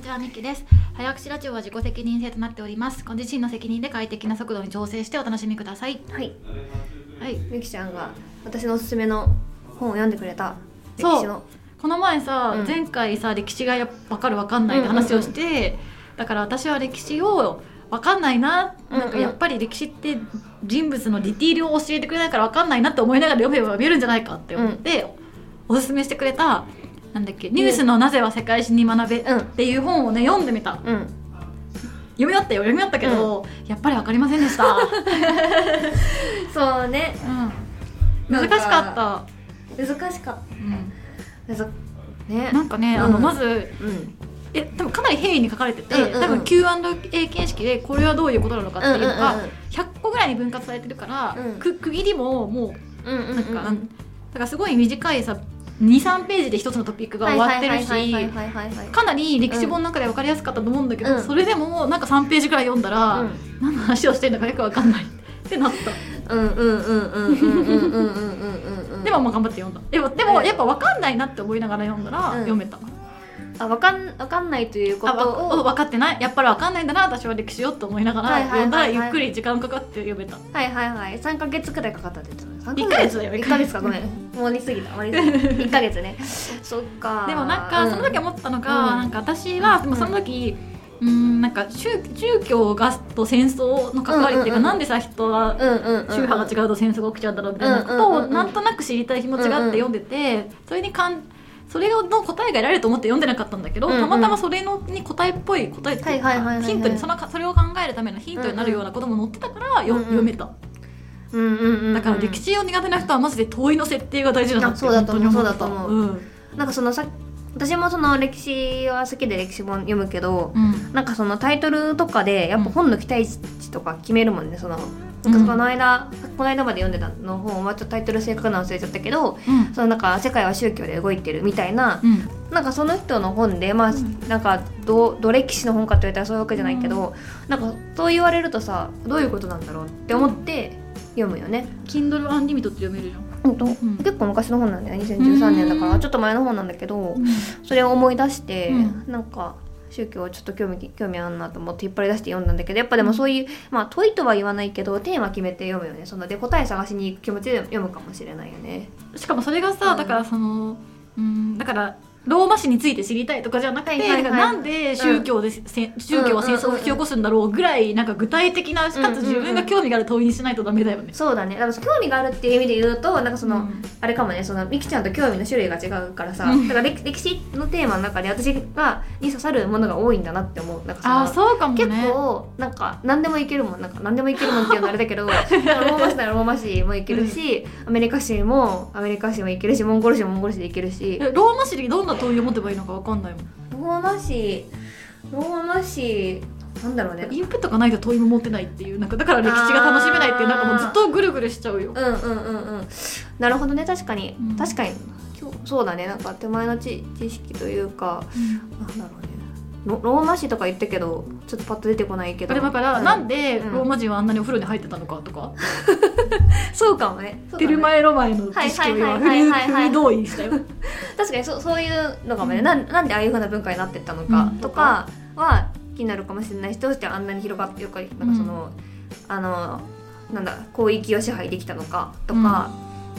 田美希です早口ラジオは自己責任制となっておりますご自身の責任で快適な速度に調整してお楽しみくださいはいはいみきちゃんが私のおすすめの本を読んでくれた歴史のこの前さ、うん前回さ歴史がやっぱ分かる分かんないって話をして、だから私は歴史を分かんないな,、うんうんなんかやっぱり歴史って人物のディティールを教えてくれないから分かんないなって思いながら読めば見えるんじゃないかって思って、おすすめしてくれたなんだっけ「ニュースのなぜは世界史に学べ」っうんていう本をね読んでみたうん読み終わったよ読み終わったけど、やっぱり分かりませんでした、うそうねん、なん難しかかった。難しかっうんた難ねなんかね、あのうんまずうんえ多分かなり平易に書かれてて、うんうんうん多分 Q&A 形式でこれはどういうことなのかっていうのが、うんうんうん100個ぐらいに分割されてるから、うんく区切りももうんううんなんうんか、だからすごい短いさ23ページで一つのトピックが終わってるしはいはいはいはいはいはいはいかなり歴史本の中で分かりやすかったと思うんだけど、うんそれでもなんか3ページぐらい読んだら、うん何の話をしてるのかよく分かんないってなったうんうんうんうんうんうんうんうんうんうんでもまあ頑張って読んだでもでもうんやっぱ分かんないなって思いながら読んだら、うん読めたあわかんわかんないというこあとわを分かってないやっぱり分かんないんだな私は歴史よって思いながはいはいらはい読んだらはいゆっくり時間かかって読めたはいはいはい三ヶ月くらいかかったって言ってた一ヶ月だよ1一ヶヶ月月かごめん終わりすぎた 終わりすぎた一ヶ月ねそっかでもなんかその時思ったのが、うんなんか私はでもその時、うーんなんか宗宗教がと戦争の関わりっていううんうんか、うんなんでさ人はうんうんうんうん宗派が違うと戦争が起きちゃうんだろうみたいなことうんうんをうんうんなんとなく知りたい気持ちがあって読んでて、それにかんそれの答えが得られると思って読んでなかったんだけど、うんうんたまたまそれのに答えっぽい答えっていうはいはいはいはいかはいヒントにそのそれを考えるためのヒントになるようなことも載ってたから、ようんうん読めた。うんうんうんだから歴史を苦手な人はマジで問いの設定が大事だなってあそうだと思う本当にったそうだと思うんなんかそのさ私もその歴史は好きで歴史本読むけどうんなんかそのタイトルとかでやっぱ本の期待値とか決めるもんねそのなんかこの間、この間まで読んでたの本はちょっとタイトル正確なの忘れちゃったけどうんそのなんか世界は宗教で動いてるみたいなうんなんかその人の本でまあ、んなんかどどれ騎士の本かって言われたらそういうわけじゃないけど、なんかそう言われるとさどういうことなんだろうって思って読むよね、 Kindle Unlimited って読めるじゃんほんとん結構昔の本なんだよ2013年だかうらんちょっと前の本なんだけどうそれを思い出して、うなんか宗教ちょっと興味興味あんなと思って引っ張り出して読んだんだけどやっぱでもそういう、まあ問いとは言わないけどテーマ決めて読むよねそので答え探しに行く気持ちで読むかもしれないよね。んしかもそれがさ、うんだからそのうんだからローマ史について知りたいとかじゃなくて、はいはいはいだからなんで宗教で、せん宗教は戦争を引き起こすんだろうぐらいなんか具体的なかつ自分が興味がある問いにしないとダメだよね。そうだねだから興味があるっていう意味で言うとなんかその、うんあれかもねそのみきちゃんと興味の種類が違うからさ、うんだから歴歴史のテーマの中で私がに刺さるものが多いんだなって思うなんかそのあーそうかもね。結構なんか何でもいけるもんなんか何でもいけるもんっていうのあれだ けどローマ史ならローマ史もいけるし、アメリカ史もアメリカ史もいけるしモンゴル史もモンゴル史でいけるしえローマ史にどんな問いを持てばいいのかわかんないもん。ローマ史ローマ史なんだろうねインプットがないと問いも持てないっていうなんかだから歴史が楽しめないっていうあーなんかもうずっとぐるぐるしちゃうよ。うんうんうんうんなるほどね確かに、うん確かに今日そうだねなんか手前の知知識というかなんだろうねロローマ史とか言ったけどちょっとパッと出てこないけどあれだから、うなんでうんローマ人はあんなにお風呂に入ってたのかとか、そうかもねそうテかルもねマエロマエの知識を今はい振はいりはいはいはい振り同意したよ。確かにそうそういうのかもね、うんなんなんでああいうふうな文化になってったのかうんとかは気になるかもしれないしどうしてあんなに広がってるかなんかその、あのなんだ広域を支配できたのかとか、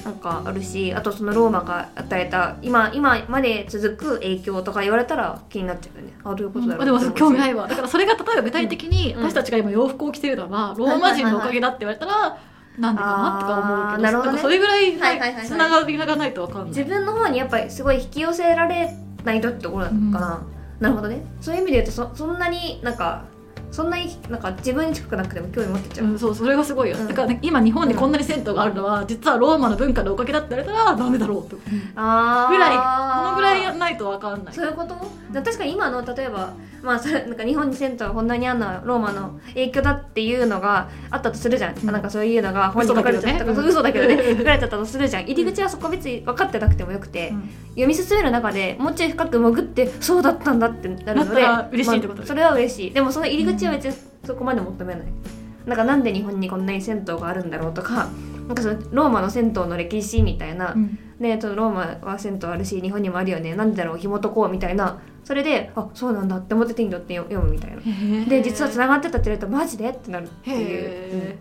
なんかあるしあとそのローマが与えた今今まで続く影響とか言われたら気になっちゃうよねあどういうことだろうあでもそう興味ないいわだからそれが例えば具体的にうん私たちが今洋服を着てるのはローマ人のおかげだって言われたらなんでかなとか思うあーけどなるほどねんかそれぐらいはいはいはいはいつながりがないとわかんな自い。分の方にやっぱりすごい引き寄せられないとってところなのかな、なるほどねそういう意味で言うとそそんなになんかそんなになんか自分に近くなくても興味持ってっちゃうう、ん、そうそれがすごいよ、うんだから、ね、今日本にこんなに銭湯があるのは、実はローマの文化のおかげだって言われたらダメだろうとこあーぐらいのぐらいないとわかんないそういうこと確かに今の例えば、まあ、それなんか日本に銭湯がこんなにあんのはローマの影響だっていうのがあったとするじゃん、んなんかそういうのが本に書かれちゃったとか嘘嘘だだけけどどねね書かれちゃったとするじゃん入り口はそこ別に分かってなくてもよくて、うん読み進める中でもうちょい深く潜ってそうだったんだってなるのでなったら嬉しいってことまあそれは嬉しいでもその入り口は別にそこまで求めないなんかなんで日本にこんなに銭湯があるんだろうとかなんかそのローマの銭湯の歴史みたいな、うんでそのローマは銭湯あるし日本にもあるよねなんでだろう紐解こうみたいなそれであそうなんだって思って手に取って読むみたいなへーで実はつながってたって言われたらマジでってなるっていう、へ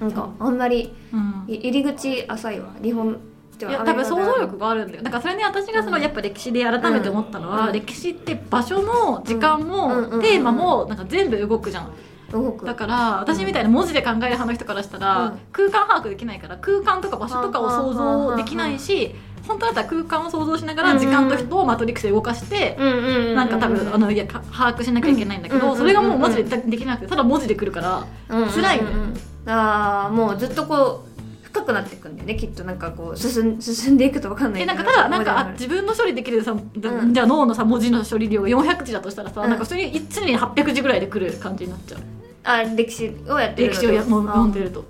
うんなんかあんまりーうんい入り口浅いわ日本じいゃやア多メリ分カ想だ像力があるんだよだからそれに私がそのうんやっぱ歴史で改めて思ったのは、うん歴史って場所も時間うんうんうんもテーマもなんか全部動くじゃん動くだから私みたいな文字で考える派の人からしたら、うん空間把握できないから空間とか場所とかを想像できないし本当だったら空間を想像しながうんらうん時間と人をマトリックスで動かして、うんうんううなんか多分あのいやか把握しなきゃいけないんだけど、うんそれがもうマジでできなくてただ文字で来るから、辛いねうんうんうんああもうずっとこう深くなっていくんだよねきっとなんかこう進ん進んでいくと分かんないでけどなんかただなんかあここ自分の処理できるさ、んじゃあ脳のさ文字の処理量が400字だとしたらさ、うんなんかそれ一年に800字ぐらいで来る感じになっちゃうであ歴史をやってる歴史をやもう読んでるると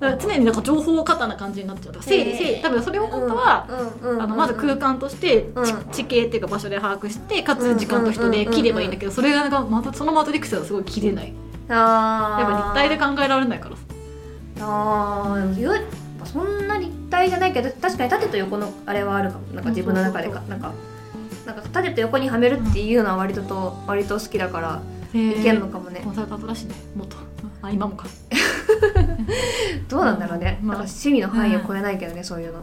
だから常になんか情報過多な感じになっちゃうだから整理整へ理ー多分それを本当は、あのまず空間として地,、うん地形っていうか場所で把握してかうつん時間と人で切ればいいんだけどそれがまたそのマトリックスはすごい切れないあやっぱ立体で考えられないからさでああよやっぱそんな立体じゃないけど確かに縦と横のあれはあるかもなんか自分の中でかうんなんかなんか縦と横にはめるっていうのは割とと割と好きだからいけるのかもねコンサルタントらしいね元あ今もかどうなんだろうね、まあなんか趣味の範囲を超えないけどね、そういうの、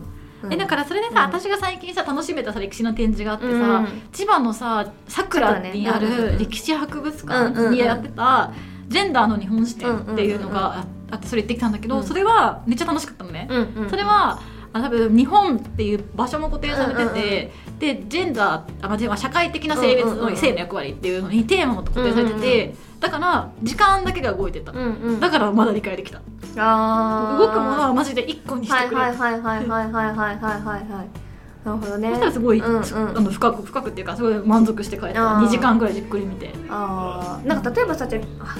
えだかからそれでさ、私が最近さ楽しめたさ歴史の展示があってさ、うん千葉のささくらにあ桜ねるうん歴史博物館にやってたジェンダーの日本史展っていうのがあってそれ行ってきたんだけど、うんそれはめっちゃ楽しかったのね、うんうんそれはあ多分日本っていう場所も固定されてて、でジェンダーあまあジェンダー社会的な性別うんうんうんの性の役割っていうのにテーマも固定されてて、だから時間だけが動いてた、うんうんだからまだ理解できたあー動くものはマジで1個にしてくれはるい、はいはいはいはいはいはいはいはいはいなるほどねそしたらすごい、うんうんあの深く深くっていうかすごい満足して帰ったあー2時間ぐらいじっくり見て、あーなんか例えばさじゃあそっか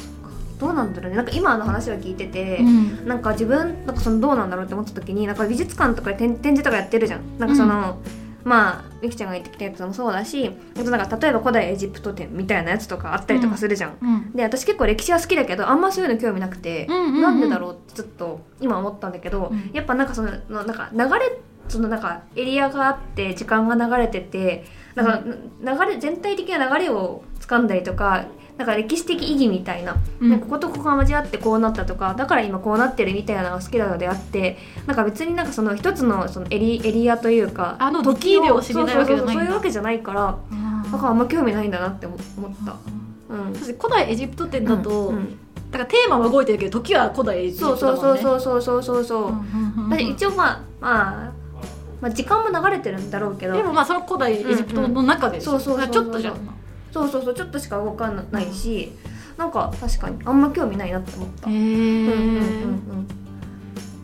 どうなんだろうねなんか今の話を聞いてて、うんなんか自分なんかそのどうなんだろうって思った時になんか美術館とかで展展示とかやってるじゃんなんかその、まあみきちゃんが言ってきたやつもそうだしあとなんか例えば古代エジプト展みたいなやつとかあったりとかするじゃん、うんで私結構歴史は好きだけどあんまそういうの興味なくて、うんうんうんなんでだろうってちょっと今思ったんだけど、うんやっぱなんかそのなんか流れそのなんかエリアがあって時間が流れててなんか、流れ全体的な流れを掴んだりとかなんか歴史的意義みたいな,、うんなんかこことここが交わってこうなったとかだから今こうなってるみたいなのが好きなのであってなんか別になんかその一つのそのエリエリアというかあの時を知りたいわそうそけじゃないんだうそうそういうわけじゃないからだからあんま興味ないんだなって思思った。うん私古代エジプト展だと、うんだからテーマは動いてるけど時は古代エジプそうトそだうもそんうねそうそうそうそうそう、うんうんうんだって一応まあ、まあ、まあ時間も流れてるんだろうけどでもまあその古代エジプトの中でしうょんうんそうそうそうだからちょっとじゃんそうそうそうちょっとしか動かないしなんか確かにあんま興味ないなって思った、へうんうんうんうえん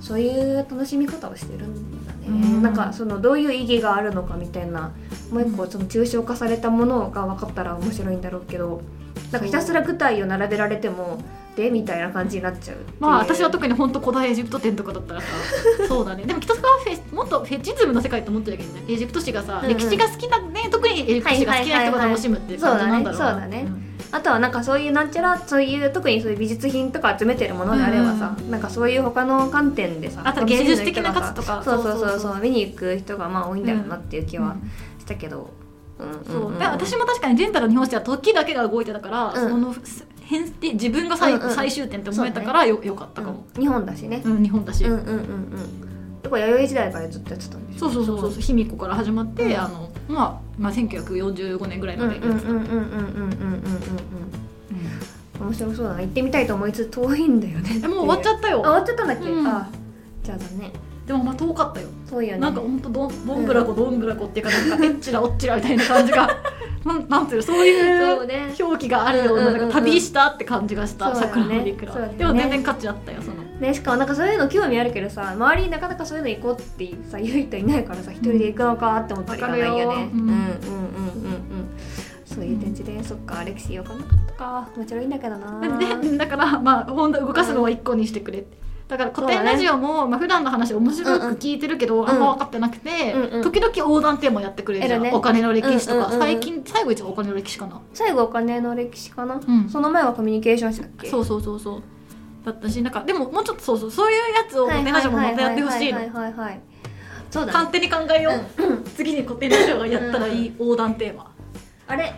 そういう楽しみ方をしてるんだね、うんなんかそのどういう意義があるのかみたいなもう一個その抽象化されたものが分かったら面白いんだろうけどなんかひたすら具体を並べられてもでみたいな感じになっちゃうっていうまあ私は特に本当古代エジプト展とかだ ったらさそうだねでも北坂はフェもっとフェチズムの世界と思ってるけどねエジプト史がさ、うんうん歴史が好きだね特にエジプト史が好きな人が楽しむっていう感じなんだろうなはいはいはいはいそうだねそうだねあとはなんかそういうなんちゃらそういう特にそういう美術品とか集めてるものであればさ、なんかそういう他の観点でさあと芸術的な活動とかそうそうそうそうそうそうそ見に行く人がまあ多いんだろうなっていう気はしたけど、うんうんそううんだから私も確かにジェンダーの日本史は時だけが動いてたから、うんその変で自分が最,、うんうん最終点って思えたからよ,、よかったかも、うん日本だしねう、ん日本だし、うん、うんうんうんとか弥生時代からずっとやってたんでしょそうそうそうそう卑弥呼から始まって、うんあのまあ、まあ1945年ぐらいうんうまんでうやんうってんうんた、うんうんうんうん面白そうだな行ってみたいと思いつつ遠いんだよねえもう終わっちゃったあよ終わっちゃったんだっけ、うんあじゃあだねでもまあ遠かったよそうよねなんかほんとどんどんぶらこどんぶらこっていうかなんかえっちらおっちらみたいな感じ がなんなんていうのそうそいううね表記があるよううんなうんうんなんか旅したって感じがしたそうだよね桜のリクラそうだよねでも全然価値あったよそのね、しかもなんかそういうの興味あるけどさ周りになかなかそういうの行こうってさ言う人いないからさ一人で行くのかって思ったら行かないよわかねるよううんんうんうんうんうんそういう展示で、そっかレクシー分かんなかったかもちろんいいんだけどなでだからまあ本当動かすのは一個にしてくれってだから古典ラジオも、まあ普段の話面白く聞いてるけど、んうんあんま分かってなくて、うんうん時々横断テーマやってくれるじゃん、やるねお金の歴史とか、うんうんうん最近最後一応お金の歴史かな、最後お金の歴史かな、うんその前はコミュニケーション史だっけそううそうそうそうだったしなんかでももうちょっとそうそうそういうやつを古典ラジオもまたやってほしいのはいはいはいはいはいはいそうだ、勝ね、手に考えよう、次に古典ラジオがやったらいい横断テーマ、あれ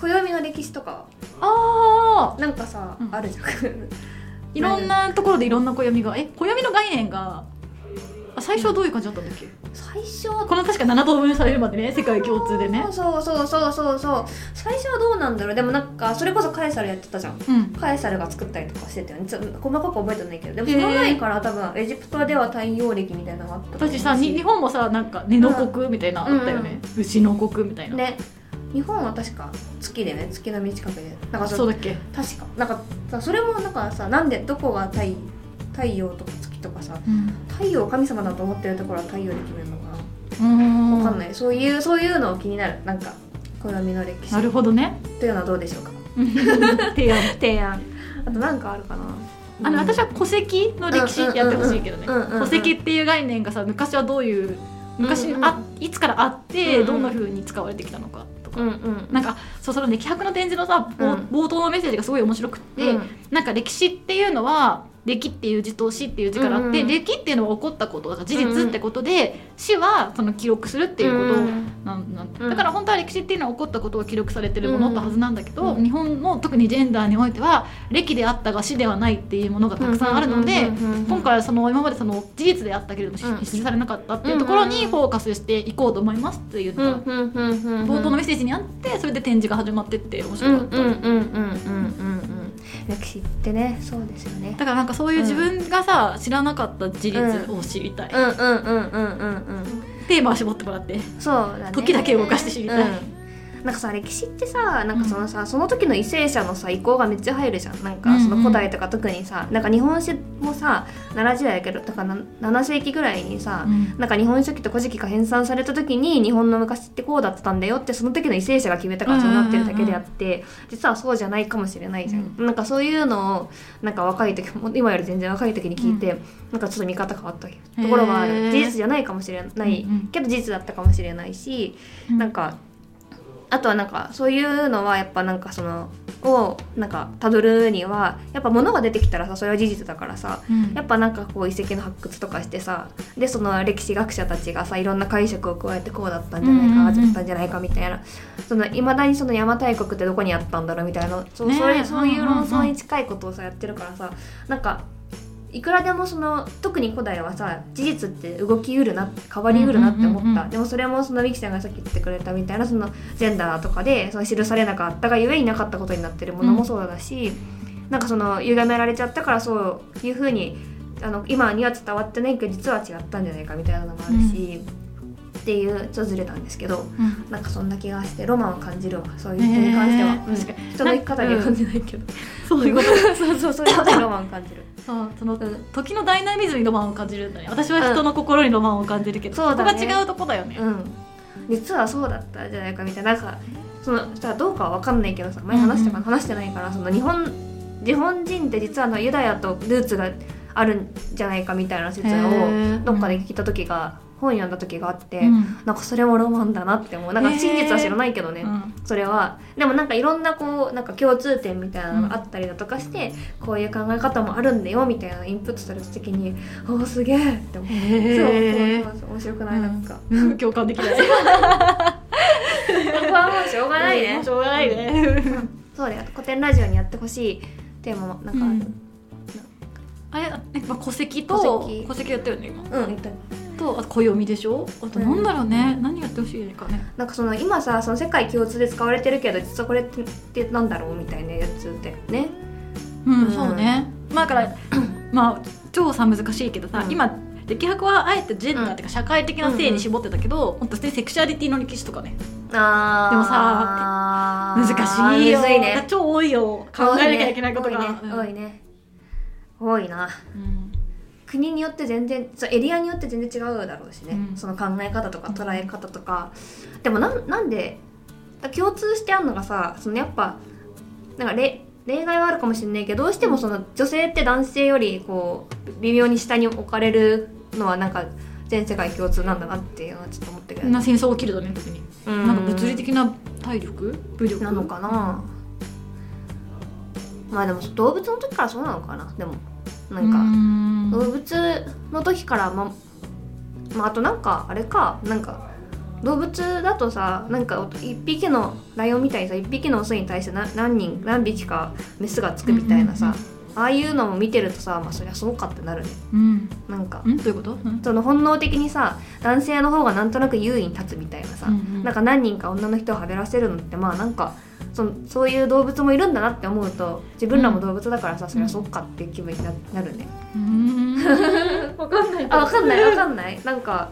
暦の歴史とかああなんかさ、うんあるじゃん いろんなところでいろんな暦がえ暦の概念があ最初はどういう感じだったんだっけ、最初この確か7等分されるまでね世界共通でねそうそうそうそうそう最初はどうなんだろうでもなんかそれこそカエサルやってたじゃんうんカエサルが作ったりとかしてたよねちょ細かく覚えてないけどでもその前から多分エジプトでは太陽暦みたいなのがあったと思うし私さに日本もさなんか根の国みたいなあったよね、牛の国みたいな、ね日本は確か月でね月の満ち欠けでなんかそそうだっけ確かなんかさそれもなんかさなんでどこが太太陽とか月とかさうん太陽を神様だと思ってるところは太陽で決めるのかな分わかんないそういうそういうのを気になるなんか暦の歴史なるほどねというのはどうでしょうか 提案提案あとなんかあるかなあの私は戸籍の歴史やってほしいけどねうんうんうんうんうん戸籍っていう概念がさ昔はどういう昔うんうんあいつからあってうんどんな風に使われてきたのかとか、うんうんなんかそうそのね「気迫の展示」のさ冒,、うん冒頭のメッセージがすごい面白くって、うんなんか歴史っていうのは「歴」っていう字と「死」っていう字からあうって、んうん歴っていうのは起こったことだから事実ってことで、死はその記録するっていうことをなんなんうんだから本当は歴史っていうのは起こったことが記録されてるものったはずなんだけど、うん日本も特にジェンダーにおいては歴であったが死ではないっていうものがたくさんあるので、今回はその今までその事実であったけれども、うん記されなかったっていうところうんうんにうんフォーカスしていこうと思いますっていうのが、冒冒頭のメッセージにあってそれで展示が始まってって面うん白うんかうんった。うんうんうん歴史ってねそうですよねだからなんかそういう自分がさ、知らなかった事実を知りたい、うんうんうんうんうんテーマを絞ってもらってうんそうだね時だけ動かして知りたいうんなんかさ歴史ってさなんかそのさ、その時の為政者のさ意向がめっちゃ入るじゃんなんかその古代とか特にさ、なんか日本史もさ奈良時代だけどだからな7世紀ぐらいにさ、うんなんか日本書紀と古事記が編纂された時に日本の昔ってこうだったんだよってその時の為政者が決めたからそうなってるだけであって、実はそうじゃないかもしれないじゃん、なんかそういうのをなんか若い時も今より全然若い時に聞いて、なんかちょっと見方変わったところはあへるー事実じゃないかもしれない、うんうんけど事実だったかもしれないし、なんかあとはなんかそういうのはやっぱなんかそのをなんか辿るにはやっぱ物が出てきたらさそれは事実だからさ、うんやっぱなんかこう遺跡の発掘とかしてさでその歴史学者たちがさいろんな解釈を加えてこうだったんじゃないか、うんうんうんああだったんじゃないかみたいなそのいまだにその邪馬台国ってどこにあったんだろうみたいなそう,、ねえそれそういう論うんう争んうんに近いことをさやってるからさなんかいくらでもその特に古代はさ事実って動きうるな変わりうるなって思った、うんうんうんうんでもそれもそのミキさんがさっき言ってくれたみたいなそのジェンダーとかでその記されなかったがゆえになかったことになってるものもそうだし、なんかその歪められちゃったからそういうふうにあの今には伝わってないけど実は違ったんじゃないかみたいなのもあるし、っていうちょっとずれたんですけどうんなんかそんな気がしてロマンを感じるわそういう人に関しては、ねえうん確かに人の生き方には感じないけど、そういうことそうそうそういうことにロマンを感じるそうその、ん時のダイナミズムにロマンを感じるんだね私は人の心にロマンを感じるけど、うんそうそこだがね違うとこだよね、うん実はそうだったんじゃないかみたいななんかそのさどうかは分かんないけどさ前話したかな話してないからその日本日本人って実はあのユダヤとルーツがあるんじゃないかみたいな説をへーどっかで聞いた時が、本読んだ時があって、うんなんかそれもロマンだなって思うなんか真実は知らないけどね、うんそれはでもなんかいろんなこうなんか共通点みたいなのがあったりだとかして、こういう考え方もあるんだよみたいなインプットされた時におおすげえって思う、へそうーそうそう面白くない、なんかうん共感できないしここはも うしょうょがないねしょうがないねそうだよ古典ラジオにやってほしいテーマもなんかあるあれまあ戸籍と戸戸籍籍やったよね今うん、言ったとあと暦でしょあとなんだろうね、何やってほしいかねなんかその今さその世界共通で使われてるけど実はこれってってなんだろうみたいなやつだよねうん、うんそうねまあだからまあ調査難しいけどさ、うん今歴博はあえてジェンダうんーっていうか社会的な性に絞ってたけど、本当にセクシュアリティの歴史とかねあーでもさ難しいよむずいね超多いよ考えなきゃいけないことが多いね多いね多いね多いなうん国によって全然そうエリアによって全然違うだろうしね、うんその考え方とか捉え方とか、でもなんなんでだ共通してあるのがさそのやっぱなんかれ例外はあるかもしれないけどどうしてもその女性って男性よりこう微妙に下に置かれるのはなんか全世界共通なんだなっていうのはちょっと思ってけうど、ん、な戦争起きるとね特に、うんなんか物理的な体力武力なのかなまあでも動物の時からそうなのかなでもなうーんかん動物の時からままああとなんかあれかなんか動物だとさなんか一匹のライオンみたいにさ一匹のオスに対して何何人何匹かメスがつくみたいなうんさうんああいうのも見てるとさまあそりゃそうかってなるねうんなんかうんどういうことうんその本能的にさ男性の方がなんとなく優位に立つみたいなさ、うんうんなんか何人か女の人をはべらせるのってまあなんかそのそういう動物もいるんだなって思うと自分らも動物だからさ、そりゃそっかっていう気分にななるね、うーんわかんないけどあ分かんない分かんないなんか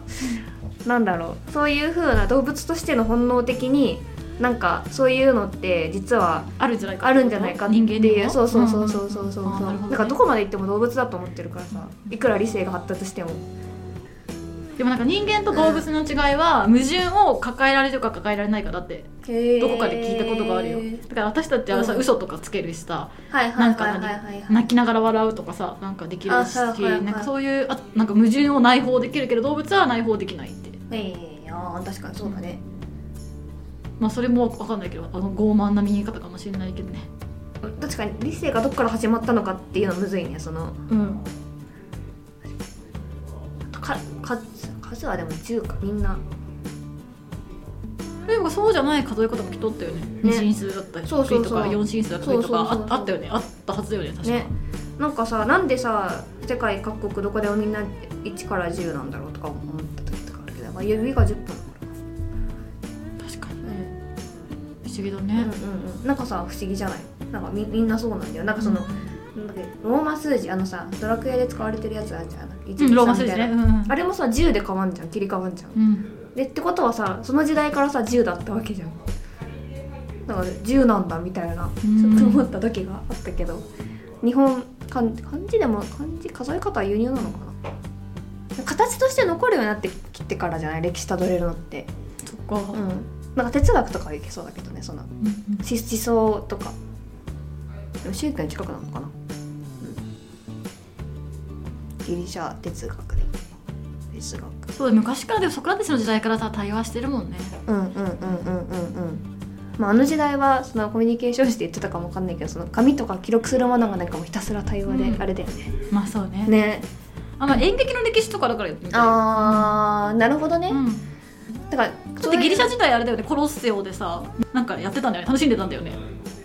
なんだろうそういう風な動物としての本能的になんかそういうのって実はあるんじゃないかあるんじゃないかって人間にいうもそうそうそうそうそうそうそう、あーなるほどねなんかどこまで行っても動物だと思ってるからさいくら理性が発達してもでもなんか人間と動物の違いは矛盾を抱えられるか抱えられないかだってどどこかで聞いたことがあるよだから私たちはさ、うん嘘とかつけるしさはいはいはいはいはいはい泣きながら笑うとかさなんかできるし、あはいはいはいなんかそういうあなんか矛盾を内包できるけど動物は内包できないってええああ確かにそうだねまあそれもわかんないけどあの傲慢な見え方かもしれないけどね確かに理性がどこから始まったのかっていうのむずいねそのうんかか数はでも10かみんなでもそうじゃない数え方もきっとあったよね二進数だったりそうそうそうとか四進数だったりとそうそうそうそかうああったよねあったはずだよね確か、ねなんかさなんでさ世界各国どこでもみんな1から10なんだろうとか思った時とかあるけど、まあ、指が10本だから確かうんに不思議だうんね、うんうんなんかさ不思議じゃないなんかみみんなそうなんだよなんかその、なんだっけローマ数字あのさドラクエで使われてるやつあるじゃんうんローマ数字123ねうんうんあれもさ10で変わんじゃん切り替わんじゃんうんでってことはさその時代からさ銃だったわけじゃんだから銃なんだみたいなうんちょっと思った時があったけど日本漢漢字でも漢字数え方は輸入なのかな形として残るようになってきてからじゃない歴史たどれるのってそっか、うんなんか哲学とかはいけそうだけどねそのうんうん思思想とかでも宗教に近くなのかな、うん、ギリシャ哲学で哲学そう昔からでもソクラテスの時代からさ対話してるもんねうんうんうんうんうんうんまあ、あの時代はそのコミュニケーション誌で言ってたかもわかんないけどその紙とか記録するものがなんかもうひたすら対話でうんあれだよね。まあそうねねあまあ演劇の歴史とかだからみたいなあーなるほどね。うん、だだからそっういてうギリシャ時代あれだよねコロッセオでさなんかやってたんだよね楽しんでたんだよね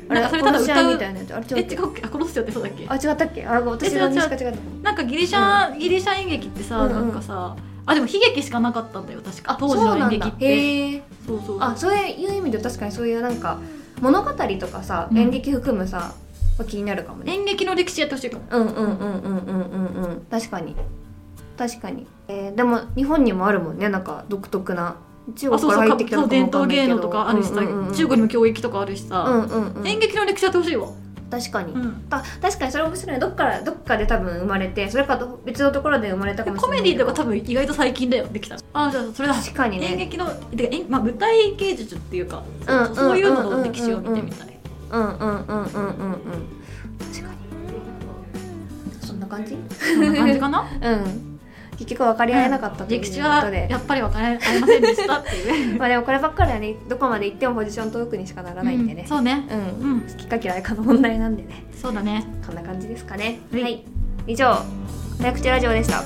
あなんかそれただ殺し合いみ歌うたいなやつあれえ違違ううっけあコロッセオってそうだっけあ違ったっけあ私え違うの認違う識が違ったなんかギリシャ、ギリシャ演劇ってさ、うんうんなんかさあでも悲劇しかなかったんだよ確か当時そうなのん演劇だってへえそうそうあそういう意味で確かにそういうなんか物語とかさ、うん演劇含むさは気になるかもね演劇の歴史やってほしいかもうんうんうんうんうんうんうん確かに確かに、えーでも日本にもあるもんねなんか独特な中あ国そうからそう入かってきたそのかもうわ伝か統んない芸けど能とかあるしさ、うんうんうん中国の教育とかあるしうさ、んうんうん演劇の歴史やってほしいわ、確かに、うんた確かにそれ面白いねどっからどっかで多分生まれてそれかど別のところで生まれたかもしれコないメディとか多分意外と最近だよできたのあじゃあそれだ確かに演ね劇のてか演、まあ、舞台芸術っていうか、うんそうそういうのうんうんうんうんの歴史を見てみたい、うんうんうんうんうんうん確かにそんな感じそんな感じ かなうん結局分かり合えなかったという歴こと史で、はやっぱり分かり合えませんでしたって いうまあでもこればっかりはねどこまで行ってもポジショントークにしかならないんでねう、そうねうんうん好きか嫌いかの問題なんでねそうだねこんな感じですかねはい以上早口ラジオでした